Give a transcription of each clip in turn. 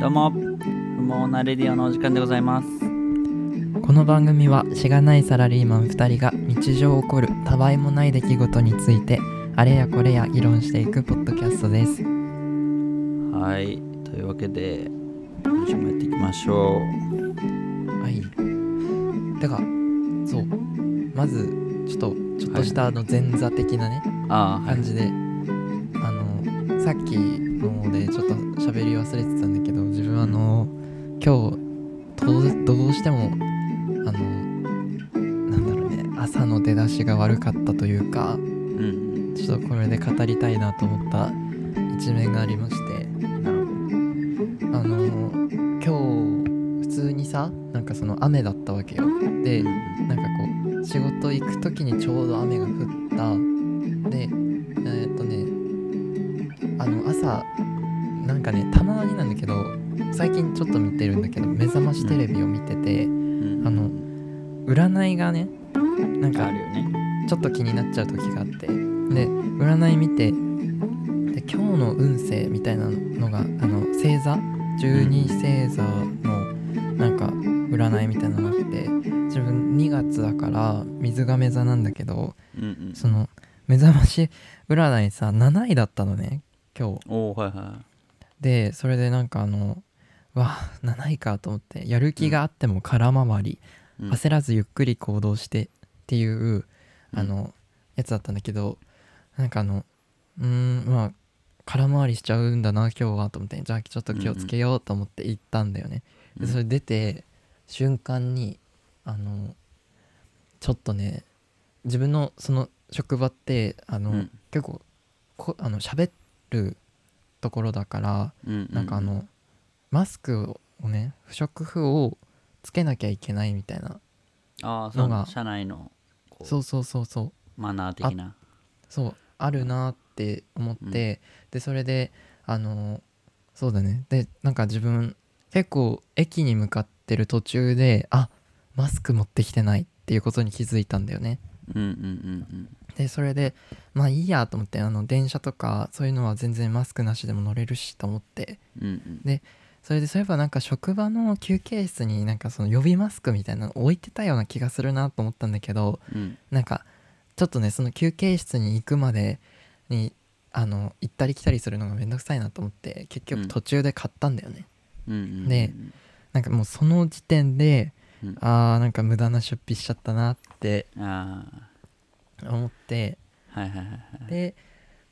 どうも不毛なレディオのお時間でございますこの番組はしがないサラリーマン2人が日常起こるたわいもない出来事についてあれやこれや議論していくポッドキャストですはいというわけで今週もやっていきましょうはいてかそうまずちょっとちょっとしたあの前座的なね、ああは感いじで、あのさっきのでちょっと喋り忘れてたんだけど自分あの今日どうどうしてもあのなんだろうね朝の出だしが悪かったというかうんちょっとこれで語りたいなと思った一面がありましてなるほあの今日普通にさなんかその雨だったわけよでどなんかこう仕事行く時にちょうど雨が降ったでえーっとねあの朝なんかねたまになんだけど最近ちょっと見てるんだけど目覚ましテレビを見ててうんあの占いがねなんあかるよねちょっと気になっちゃう時があってで占い見てで今日の運勢みたいなのがあの星座十二星座のなんか占いみたいなのがあって自分2月だから水亀座なんだけどうんうんその目覚まし占いさ7位だったのね今日おおはいはでそれでなんかあのうわ7位かと思ってやる気があっても空回りい、うん、焦らずゆっくり行動してっていううんあのやつだったんだけどなんかあのうーんまあ空回りしちゃうんだな今日はと思ってじゃあちょっと気をつけようと思って行ったんだよね。うでんそれ出て瞬間にあのちょっとね自分のその職場ってあの、うん結構こあの喋るところだからうんなんかあの、マスクをね不織布をつけなきゃいけないみたいなああそののが社内のこうそうそうそうそうマナー的なそうあるなーって思って、でそれであのーそうだねでなんか自分結構駅に向かってる途中であマスク持ってきてないっていうことに気づいたんだよねうんうんうんでそれでまあいいやと思ってあの電車とかそういうのは全然マスクなしでも乗れるしと思ってうんうんそれでそういえばなんか職場の休憩室になんかその予備マスクみたいなの置いてたような気がするなと思ったんだけどうんうんなんかちょっとねその休憩室に行くまでにあの行ったり来たりするのがめんどくさいなと思って結うん局途中で買ったんだよね、うんうんねなんかもうその時点で、うんあーなんか無駄な出費しちゃったなってあ思ってあはいはいはいはいで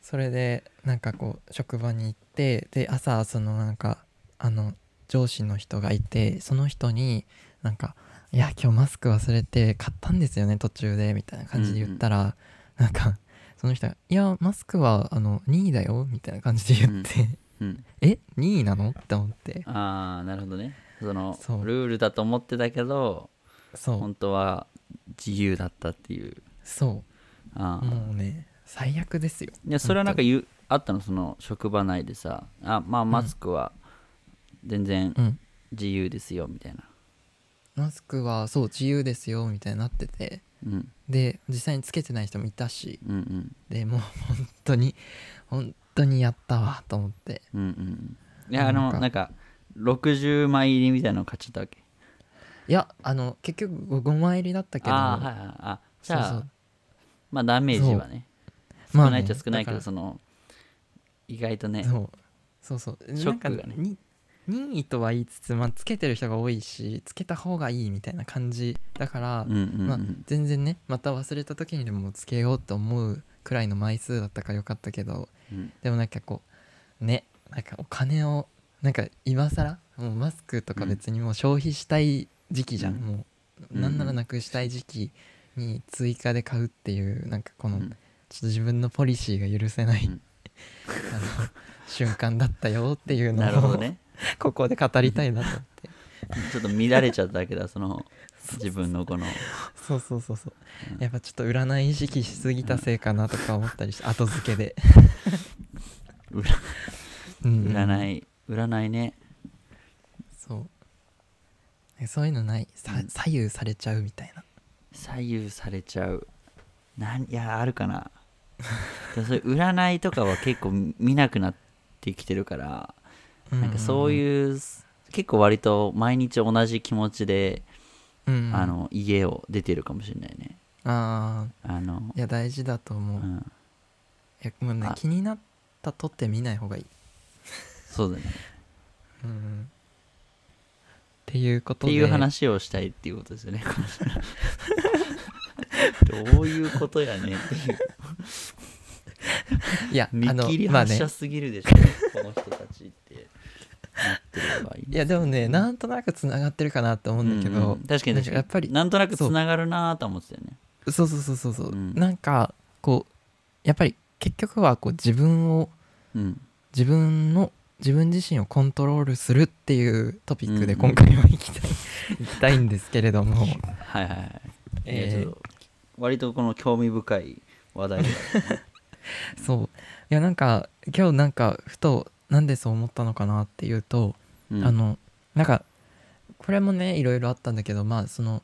それでなんかこう職場に行ってで朝そのなんかあの上司の人がいてその人になんか「いや今日マスク忘れて買ったんですよね途中で」みたいな感じで言ったら、なんかその人が「いやマスクはあの2位だよ」みたいな感じで言ってうん「 え2位なの?」って思ってああなるほどねそのそうルールだと思ってたけどそう本当は自由だったっていうそああ、うもうね最悪ですよいやそれはなんか言うあったのその職場内でさあまあマスクは全然うん自由ですよみたいなマスクはそう自由ですよみたいになっててうんで実際につけてない人もいたしうんうんでもう本当に本当にやったわと思ってうんうんいやあなのんかなんか60枚入りみたいなの買っちゃったわけいやあの結局5枚入りだったけどああはいはいはいあじゃあそうそうまあダメージはねま少あないねっちゃ少ないけど、だかその意外とねらそうそうそうショックがねなんかに任意とは言いつつ、まあ、つけてる人が多いしつけた方がいいみたいな感じだから、うんうんうん、まあ、全然ねまた忘れた時にでもつけようと思うくらいの枚数だったからよかったけどうんでもなんかこうねなんかお金をなんか今更もうマスクとか別にもう消費したい時期じゃん、うんもううんなんならなくしたい時期に追加で買うっていうなんかこうのちょんっと自分のポリシーが許せない、うん あの瞬間だったよっていうのなるほを、どね ここで語りたいなと思ってちょっと乱れちゃったけどそ の自分のこのそうそうそうそう、うんやっぱちょっと占い意識しすぎたせいかなとか思ったりして後付けで占うん占い占いねそうえそういうのないさうん左右されちゃうみたいな左右されちゃうなんいやあるかなでもそれ占いとかは結構見なくなってきてるからなんかそうういう結構割と毎日同じ気持ちで、んうんうん、あの家を出てるかもしれないねああのーいや大事だとう思う、いん、やもうねあ気になったとって見ない方がいい、そうだねうんうん、っていうこっとてでいう話をしたいっていうことですよねどういうことやねんっていういや見あの切りまあ発ね車すぎるでしょ、この人たちってなってればいいんいですやでもねうんなんとなくつながってるかなと思うんだけど、うんうん確かにな確んかかにやっぱりなんとなくつながるなとは思ってたよねそうそうそうそうそう、うんなんかこうやっぱり結局はこう自分をうん自分の自分自身をコントロールするっていうトピックでうんうん今回は行きたい 行きたいんですけれどもはいはいはい、えーいやちょっと割とこの興味深い話題がそういやなんか今日なんかふとなんでそう思ったのかなっていうと、うんあのなんかこれもねいろいろあったんだけどまあその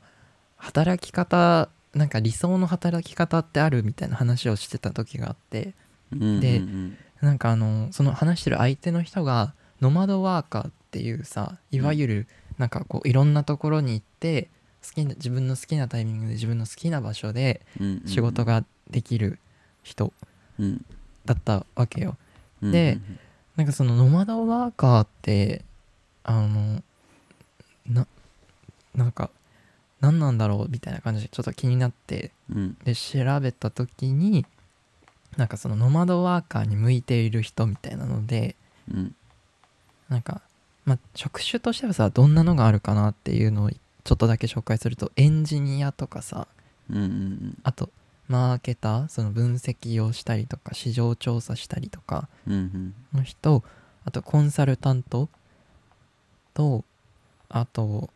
働き方なんか理想の働き方ってあるみたいな話をしてた時があってうんうんうんでなんかあのその話してる相手の人がノマドワーカーっていうさいわゆるなんかこういろんなところに行って好きな自分の好きなタイミングで自分の好きな場所でうんうんうん仕事ができる人うんだったわけよ。うんでなんかそのノマドワーカーってあのななんか何なんだろうみたいな感じでちょっと気になってうんで調べた時になんかそのノマドワーカーに向いている人みたいなので、うんなんか、まあ、職種としてはさどんなのがあるかなっていうのをちょっとだけ紹介するとエンジニアとかさうんうんうんあとマーケターその分析をしたりとか市場調査したりとかうんうんの人あとコンサルタントとあと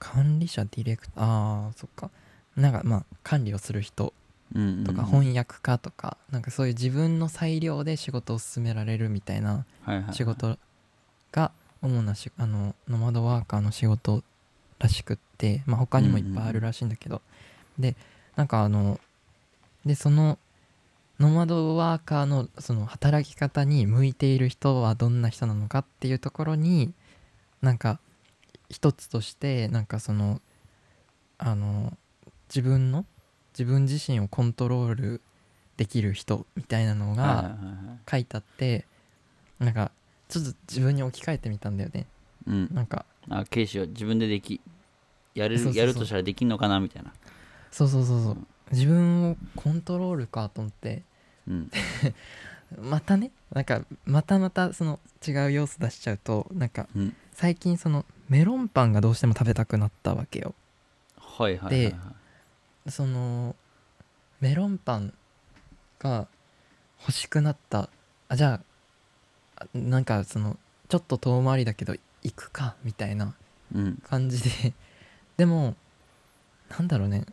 管理者ディレクターあーそっかなんかまあ管理をする人うんうんうんとか翻訳家とかなんかそういう自分の裁量で仕事を進められるみたいなはいはいはい仕事が主なしあのノマドワーカーの仕事らしくって、まあ、他にもいっぱいあるらしいんだけど、でなんかあのでそのノマドワーカーのその働き方に向いている人はどんな人なのかっていうところになんか一つとしてなんかそのあの自分の自分自身をコントロールできる人みたいなのが、はいはいはいはい書いてあってなんかちょっと自分に置き換えてみたんだよねうんなんかあケイシは自分でできやれるそうそうそうやるとしたらできんのかなみたいな、そうそうそうそううん自分をコントロールかと思ってうん、またねなんかまたまたその違う要素出しちゃうとなんかうん最近そのメロンパンがどうしても食べたくなったわけよはいはいはいはいでそのメロンパンが欲しくなったあじゃああなんかそのちょっと遠回りだけど行くかみたいなうん感じで でもなんだろうね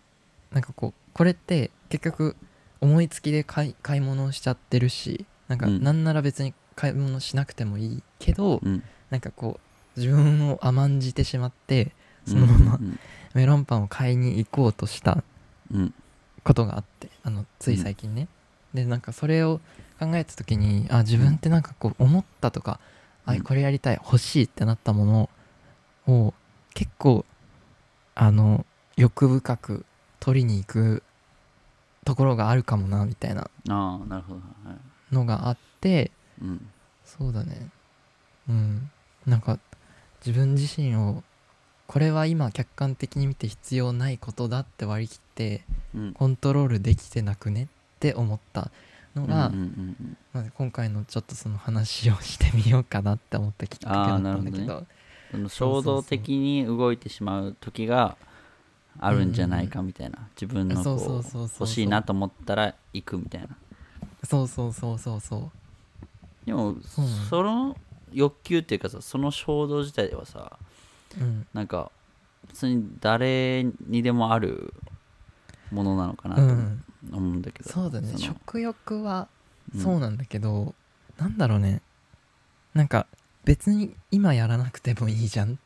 なんかこうこれって結局思いつきで買い買い物をしちゃってるしなんかうんなんなら別に買い物しなくてもいいけど、うんなんかこう自分を甘んじてしまってそのままうんメロンパンを買いに行こうとしたうんことがあってあのつい最近ね、でなんかそれを考えた時にあ自分ってなんかこう思ったとか、うんあこれやりたい欲しいってなったものを結構あの欲深く取りに行くところがあるかもなみたいなああなるほどはいのがあってうんそうだねうんなんか自分自身をこれは今客観的に見て必要ないことだって割り切ってうんコントロールできてなくねって思ったのが、うんうんうんまあ今回のちょっとその話をしてみようかなって思ってきっかけだあっーたんだけどなるうん、その衝そうそうそう動的に動いてしまう時があるんじゃないかみたいな自分のそこうそううそうそう欲しいなと思ったら行くみたいなそうそうそうそうそうでもそうなのその欲求っていうかさその衝動自体はさうんなんか別に誰にでもあるものなのかなとう思うん思うんだけど、そうだねの食欲はうんそうなんだけど、なんだろうねなんか別に今やらなくてもいいじゃん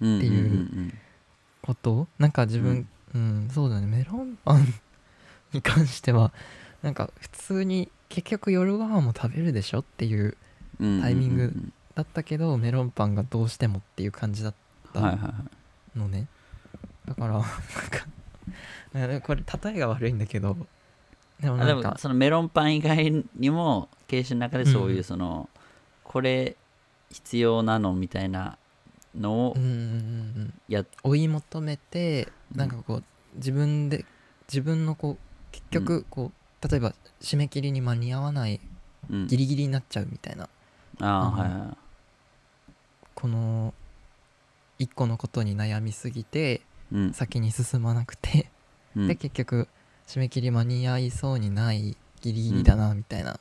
うんっていううんことなんか自分うん、そうだねメロンパンに関してはなんか普通に結局夜ご飯も食べるでしょっていううんうんうんうんうんタイミングだだったけどメロンパンがどうしてもっていう感じだったはいはいはいのね、だからなんかなんかこ れ例えが悪いんだけどでもあなでんもかそのメロンパン以外にも形式の中でそういううんその、これ必要なのみたいなのをうんうんうんうんやっ追い求めてうんなんかこう自分で自分のこう結局こう例えば締め切りに間に合わないうんギリギリになっちゃうみたいなああ、うはんいはいこの一個のことに悩みすぎてうん先に進まなくてうんで結局締め切り間に合いそうにないギリギリだなみたいな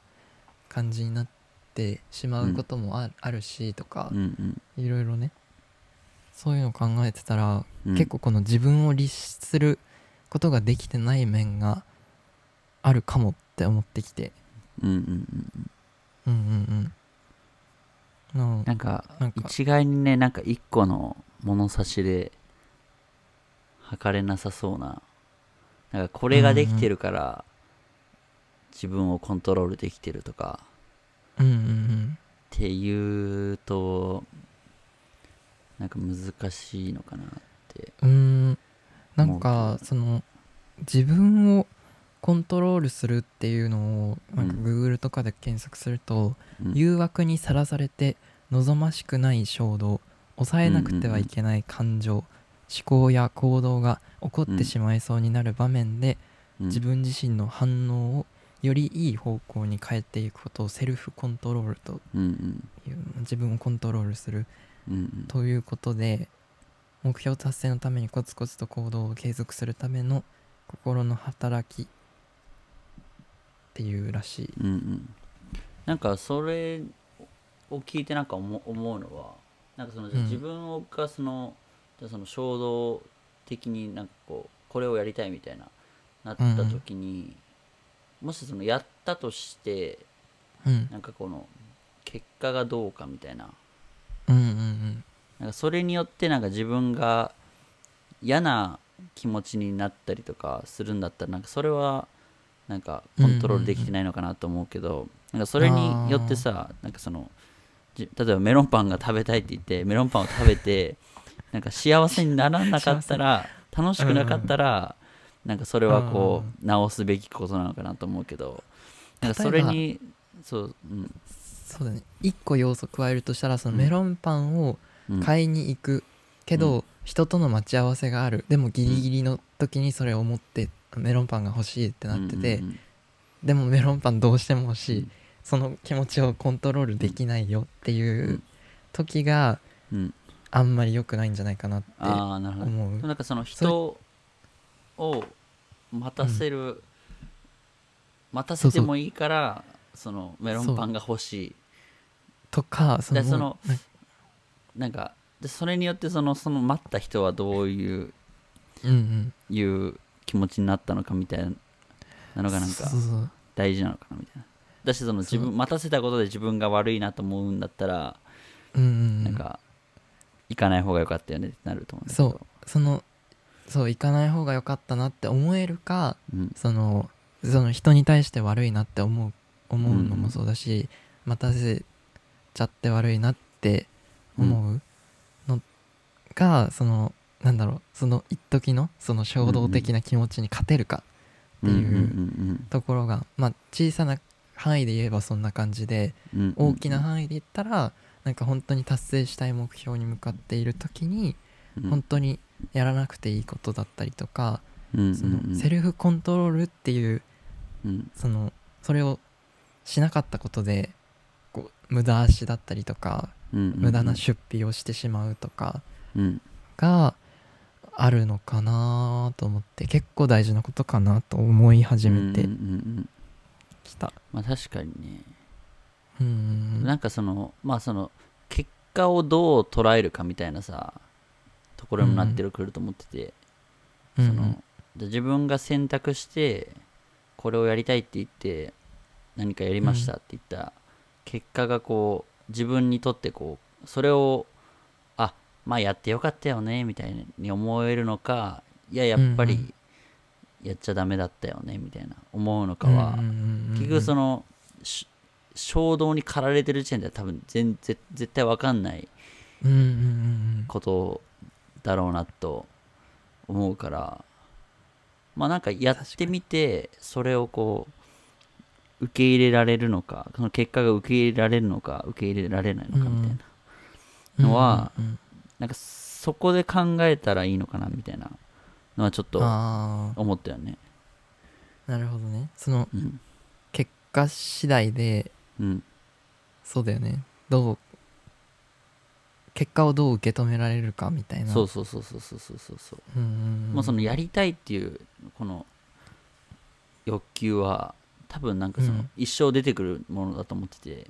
感じになってしまうこともあ,、あるしとかうんうんいろいろねそういうの考えてたら、うん結構この自分を律することができてない面があるかもって思ってきてうんうんうんうんうんうんのなんかなんか一概にねなんか一個の物差しで測れなさそうななんかこれができてるから自分をコントロールできてるとかうんうんうんっていうとなんか難しいのかなってうーんなもんうかその自分をコントロールするっていうのをなんかうん Google とかで検索すると、うん誘惑にさらされて望ましくない衝動抑えなくてはいけない感情、思考や行動が起こっうんてしまいそうになる場面で、うん自分自身の反応をよりいい方向に変えていくことをセルフコントロールとうんうんいう自分をコントロールするうんうんということで目標達成のためにコツコツと行動を継続するための心の働きっていうらしい。うんうんなんかそれを聞いてなんか思思うのはなんかそのじゃあうん自分がその,、じゃあその衝動的になんかこうこれをやりたいみたいななった時に、もしそのやったとしてうん、なんかこの結果がどうかみたいなうんうんなんかそれによってなんか自分が嫌な気持ちになったりとかするんだったらなんかそれはなんかコントロールできてないのかなと思うけど、なんかそれによってさなんかそのじ例えばメロンパンが食べたいって言ってメロンパンを食べ てなんか幸せにならなかったら楽しくなかったら、なんかそれはこう直すべきことなのかなと思うけどなんかそれにそう、うんそうだね1個要素加えるとしたらそのうんメロンパンをうん、買いに行くけど、人との待ち合わせがあるでもギリギリの時にそれを持ってメロンパンが欲しいってなってて、うんうんうんでもメロンパンどうしても欲しい、うんその気持ちをコントロールできないよっていう時がうんあんまり良くないんじゃないかなってああなるほど思でもうなんかその人を待たせる、待たせてもいいからそのメロンパンが欲しいとかそのでそのなんかなんかでそれによってそのその待った人はどういううんいう気持ちになったのかみたいなのうんがなんそうかそうそう大事なのかなみたいなだしその自そう分待たせたことで自分が悪いなと思うんだったら、うんうんなんか行かない方が良かったよねってなると思うんだけどそうそのそう行かない方が良かったなって思えるかうんそのその人に対して悪いなって思う思うのもそうだし、待たせちゃって悪いなって思うのがそのなんだろうその一時のその衝動的な気持ちに勝てるかっていうんんところが、まあ、小さな範囲で言えばそんな感じでうんうん大きな範囲で言ったらなんか本当に達成したい目標に向かっている時にうん本当にやらなくていいことだったりとかうんうんそのセルフコントロールっていううんそのそれをしなかったことでこう無駄足だったりとかうん無駄な出費をしてしまうとかうんがあるのかなと思って結構大事なことかなと思い始めうてんうんうんきた。まあ確かにね、うんうんうんなんかそのまあその結果をどう捉えるかみたいなさところにもなってるくると思ってて、うんそので自分が選択してこれをやりたいって言って何かやりましたって言った、結果がこう自分にとってこうそれをあまあやってよかったよねみたいに思えるのかいややっぱうんうんりやっちゃダメだったよねみたいな思うのかは、うんうんうんうん結局そのし衝動に駆られてる時点では多分全絶絶対分かんないうんうんうんことだろうなと思うからまあなんかやってみてそれをこう受け入れられるのかその結果が受け入れられるのか受け入れられないのかみたいなうんのはうんうんうんなんかそこで考えたらいいのかなみたいなのはちょっとあ思ったよねあなるほどねそのうん結果次第でうんそうだよねどう結果をどう受け止められるかみたいなそうそうそうそうそうそうそうそううんうんうんもうそのやりたいっていうこの欲求は多分なんかそうのん一生出てくるものだと思ってて、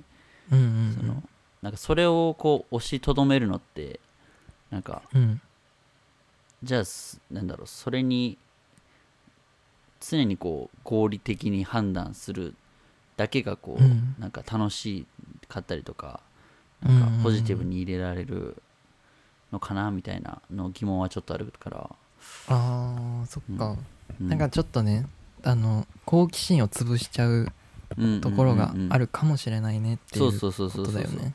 うんうんうんそのなんかそれをこう押しとどめるのってなんかうんじゃあすなんだろうそれに常にこう合理的に判断するだけがこう、うんなんか楽しかったりとかうんうんなんかポジティブに入れられるのかなみたいなの疑問はちょっとあるから、あーそっか、うなんかちょっとねあの好奇心を潰しちゃうところがあっるかもしれないねっていそううこそうそうそうとそだうよね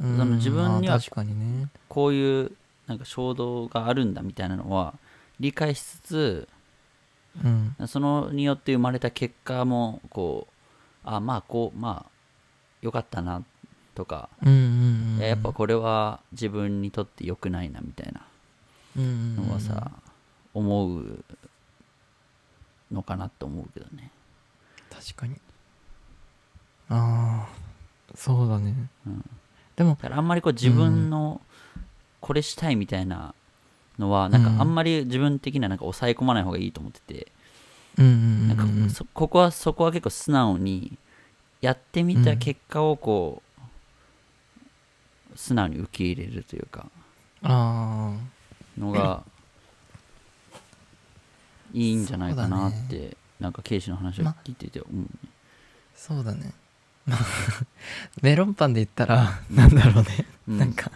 うその自分にはうんまあ確かにねこういうなんか衝動があるんだみたいなのは理解しつつうんそのによって生まれた結果もこうあまあこうまあ良かったなとか、うんうんうんいややっぱこれは自分にとって良くないなみたいなうんうんうんのはさ、思うのかなと思うけどね、確かにああそうだねうん、でもだからあんまりこう自分のこれしたいみたいなのはなんかうんあんまり自分的ななんか抑え込まない方がいいと思ってて、うんうんなうんんかうんそここはそこは結構素直にやってみた結果をこう、素直に受け入れるというかあのがいいんじゃないかなって、なんかケイシの話をま聞いてて思うね、あそうだね まあメロンパンで言ったらなんだろうね、うんなんか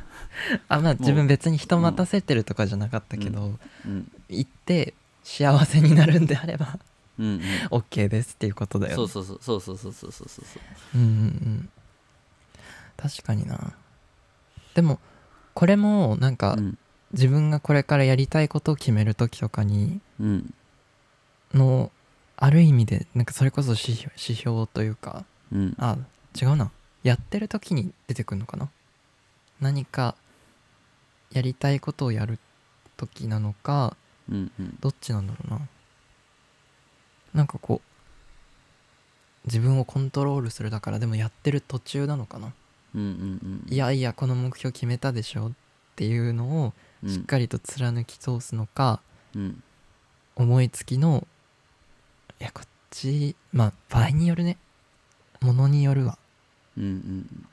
あまあ自分別に人待たせてるとかじゃなかったけど、うん行って幸せになるんであれば うんうん OK ですっていうことだよねそうそうそうそうそうそうそうそうそううんうんうん確かになでもこれもなんかうん自分がこれからやりたいことを決める時とかにうんのある意味でなんかそれこそ指標指標というかうんあ違うなやってる時に出てくるのかな何かやりたいことをやる時なのかうんうんどっちなんだろうななんかこう自分をコントロールするだからでもやってる途中なのかなうんうんいやいやこの目標決めたでしょっていうのをうんしっかりと貫き通すのか、うん思いつきのいやこっちまあ場合によるねものによるわうんうん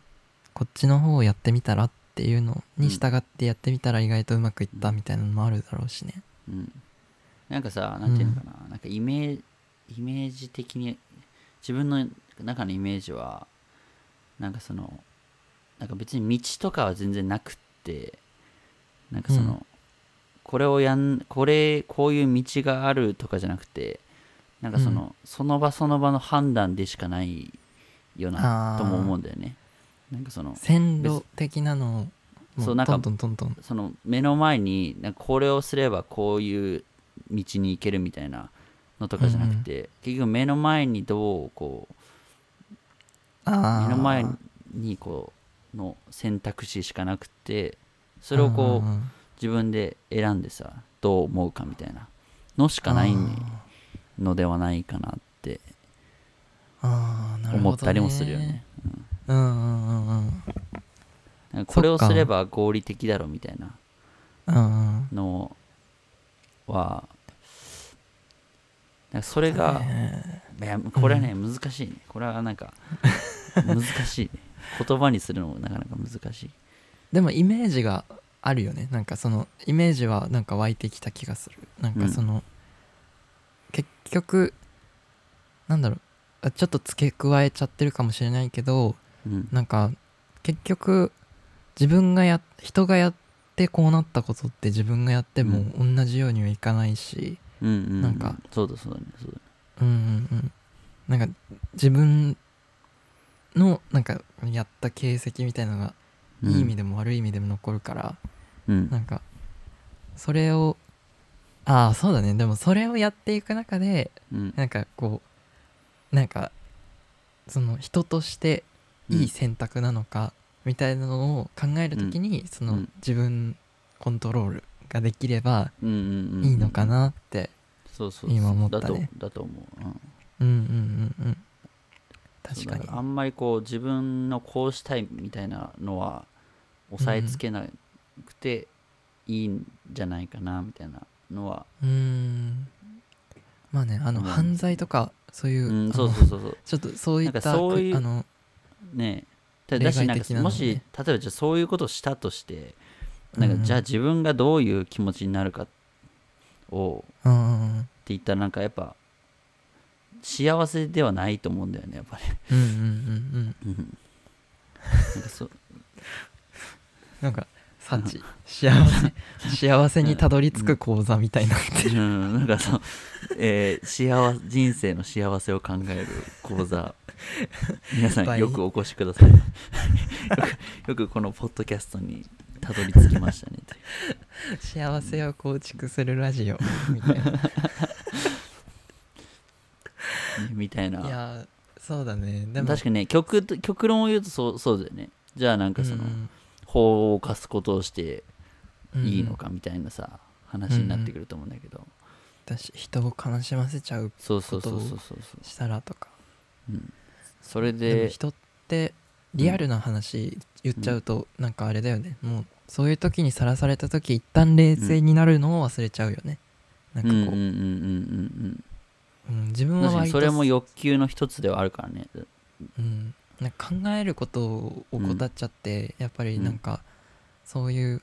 こっちの方をやってみたらっていうのうんに従ってやってみたら意外とうまくいったみたいなのもあるだろうしねうんなんかさなんていうのかな、なんかイメージイメージ的に自分の中のイメージはなんかそのなんか別に道とかは全然なくってなんかその、うこれをやんこれこういう道があるとかじゃなくてなんかその、その場その場の判断でしかないよなあーとも思うんだよねなんかその線路的なのをそもううなんかトントントントンその目の前になんかこれをすればこういう道に行けるみたいなのとかじゃなくて、結局目の前にどうこうあー目の前にこうの選択肢しかなくてそれをこうんんん自分で選んでさどう思うかみたいなのしかないあのではないかなってーあーなるほど、ね、思ったりもするよね。うんうんうんうんなんかこれをすれば合理的だろみたいなうんうんのはなんかそれが。いやこれはね、難しいねこれはなんか難 しいね言葉にするのもなかなか難しいでもイメージがあるよねなんかそのイメージはなんか湧いてきた気がするなんかその、結局なんだろうあちょっと付け加えちゃってるかもしれないけどうんなんか結局自分がや人がやってこうなったことって自分がやっても同じようにはいかないし、うんうんうんなんかそうだそうだねそうだねうんうんうんなんか自分のなんかやった形跡みたいなのがいい意味で、でも悪い意味でも残るから、うんなんかそれをああそうだねでもそれをやっていく中でうんなんかこうなんかその人としていい選択なのかみたいなのを考えるときに、そうのん自分コントロールができればうんうんうん、いいのかなって、そうそうそう今思ったねだとだと思う、うんうん、うんうんうん確かそうだにらあんまりこう自分のこうしたいみたいなのは抑えつけなくていいんじゃないかなみたいなのは、うーんまあねあのうん犯罪とかそういう,うあんの、そうそうそうそうちょっとそういっなたんかそういうあのねえ例だし外なん的かなのもねし例えばじゃあそういうことをしたとしてなんうんかじゃあ自分がどういう気持ちになるかをってうんうん言ったらなんかやっぱ幸せではないと思うんだよねやっ ぱり、うんうんうんうんうんなんかそうなんか幸幸せ幸せにたどり着く講座みたいになってるうん、なんかその、えー幸せ人生の幸せを考える講座皆さん倍よくお越しくださいよくよくこのポッドキャストにたどり着きましたねという幸せを構築するラジオみたいなねみたいないやそうだねでも確かにね極極論を言うとそうそうだよねじゃあなんかその、うん法を犯すことをしてうんいいのかみたいなさ、話になってくると思うんだけど、私人を悲しませちゃうそうそうそうそうそうそう、したらとかうん、それでもで人ってリアルな話言っちゃうとなんかあれだよね、もうそういう時にさらされた時一旦冷静になるのを忘れちゃうよね、うんうなんんうんかうんこうう、んうん自う分んは確かに割とそれも欲求の一つではあるからねうん、なんか考えることを怠っちゃって、やっぱりなんかそういう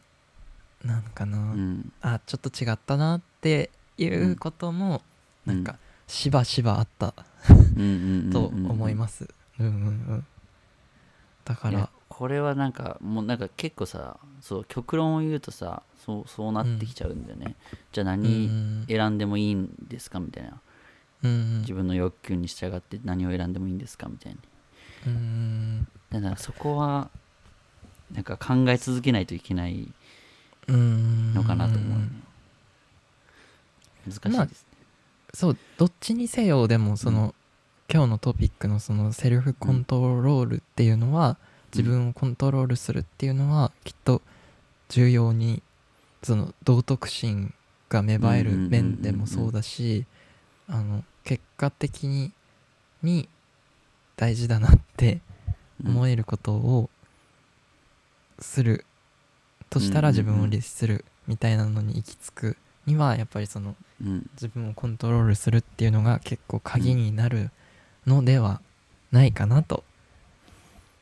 なんかな、うんあちょっと違ったなっていうこともうんなんかしばしばあったとと思いすます、うんうんうんだからこれはなんかもうなんか結構さそう極論を言うとさそうそうなってきちゃうんだよね、じゃあう何ん選んでもいいんですかみたいなうんうん自分の欲求に従って何を選んでもいいんですかみたいなうんだからそこはなんか考え続けないといけないののかなと思うね、難しいですね、そうどっちにせよでもその、今日のトピックのそのセルフコントロールっていうのは、うん自分をコントロールするっていうのはきっと重要にその道徳心が芽生えるうんうんうんうん面でもそうだしあの結果的にに大事だなってうん思えることをするとしたらうんうん自うん分を律するみたいなのに行き着くにはやっぱりその うん自分をコントロールするっていうのが結構鍵になるのではないかなと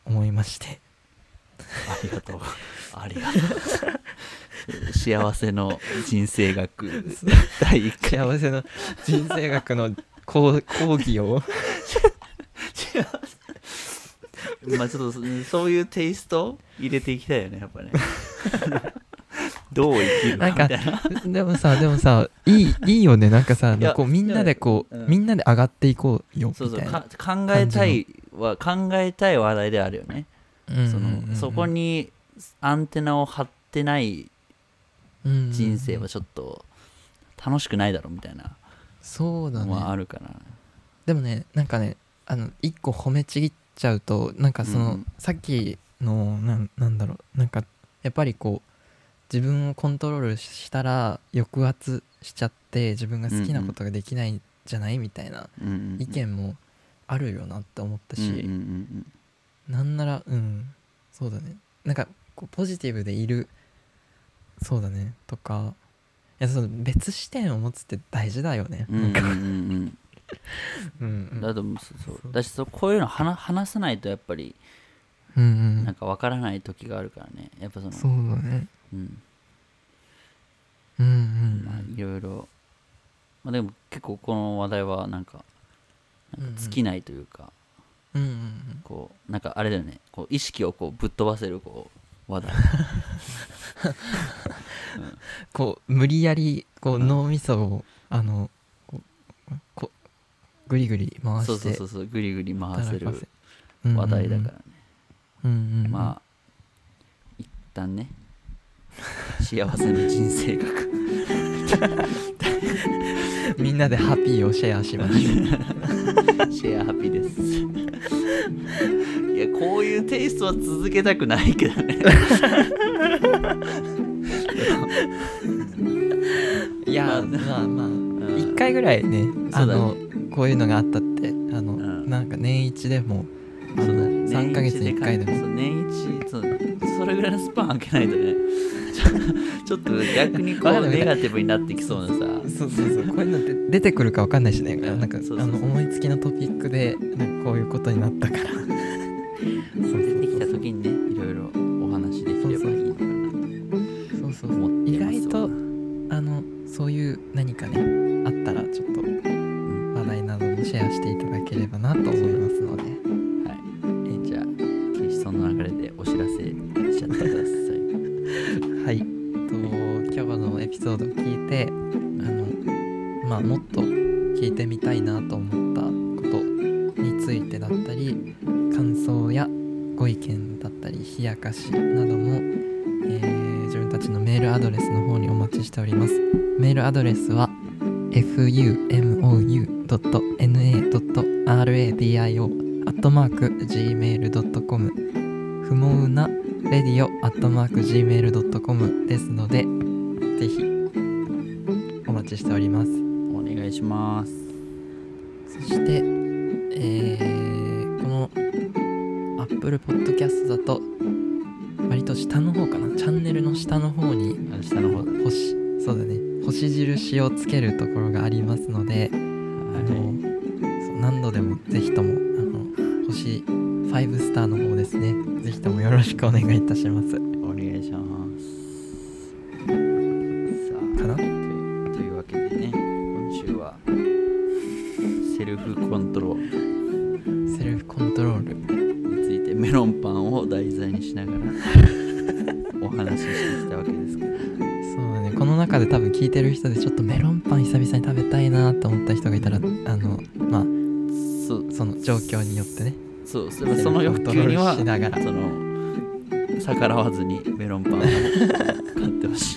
思いま してありがとうありが とう幸せの人生学第1回幸せの人生学の 講講義をまあちょっとそそういうテイスト入れていきたいよねやっ ぱねどう生きるかなみたんかいなでもさでもさいいいいよねなんかさいやこうみんなでこう、うんみんなで上がっていこうよそうそみうたいなか考えたいは考えたい話題ではあるよね、そうんうんうんうのんそこにアンテナを張ってないうんうんうん人生はちょっと楽しくないだろうみたいなそうだのはあねるから、でもねなんかねあの一個褒めちぎっちゃうとなんかその、うんうんさっきのなんなんだろうなんかやっぱりこう自分をコントロールしたら抑圧しちゃって自分が好きなことができないんじゃない、みたいなうんうんうん意見もあるよなって思ったし、うんうんうんなんならうんそうだねなんかこうポジティブでいるそうだねとかいやその別視点を持つって大事だよね、うんうんうん うんうんうんだと思うそうそうだしそうこういうの話話さないとやっぱりうんうんなんか分からない時があるからねやっぱそのそうだねうんうんうまあんいろいろ、まあ、でも結構この話題はなんかなんか尽きないというか、うんうんうんこうなんかあれだよねこう意識をこうぶっ飛ばせるこう話題こう無理やりこううん脳みそをあのこうこうグリグリ回してそうそうそうそうぐりぐり回せる働かせ話題だからね、うんうんうん、まあ一旦ね 幸せな人生学あみんなでハッピーをシェアしましょうシェアハピですいやこういうテイストは続けたくないけどねいやままあまあん1回ぐらいねあそうだねのこういうのがあったってあの、んなんか年一でもあの3ヶ月に1回でもそう年一そうそれぐらいのスパン開けないとね ちょちょっと逆にこわかんうないネガティブになってきそうなさそうそうそうこういうのって出てくるかわかんないしねうんなんかそうそうそうあの思いつきのトピックでなんかこういうことになったからそう出てきたそうそう時にねいろいろお話できればいいのかなとそうそうそう思って意ます外とあのそういう何かねあったらちょっと話題などもシェアしていただければなと思いますのではいえーじゃあ決勝の流れでお知らせしちゃってくださいはい、えっと今日のエピソードを聞いてあの、まあ、もっと聞いてみたいなと思ったことについてだったり感想やご意見だったり冷やかしなども、えー自分たちのメールアドレスの方にお待ちしておりますメールアドレスは fumou.na.radio.gmail.com 不毛なレディオアットマーク Gmail.com ですので、ぜひお待ちしております。お願いしますそして、えーこの Apple Podcast だと、割と下の方かな、チャンネルの下の方にあ下の方はい星、そうだね、星印をつけるところがありますので、あのそう何度でもぜひともあの星5スターの方ですね、ぜひともよろしくお願いいたします。お願いしますさあかなというというわけでね今週はセルフコントロールセルフコントロール。についてメロンパンを題材にしながら お話ししてきたわけですけどそうだねこの中で多分聞いてる人でちょっとメロンパン久々に食べたいなと思った人がいたらあのまあそうその状況によってねそうそれその欲求にはコントロールしな がらその逆らわずにメロンパンを買ってほし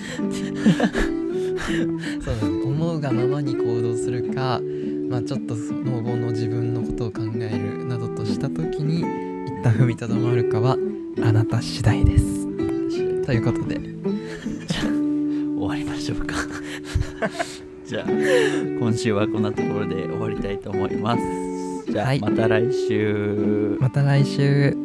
い そうだね思うがままに行動するか、まあ、ちょっとその後の自分のことを考えるなどとした時に一旦踏みとどまるかはあなた次第ですということで終わりましょうか じゃあ今週はこんなところで終わりたいと思いますじゃあ、はいまた来週また来週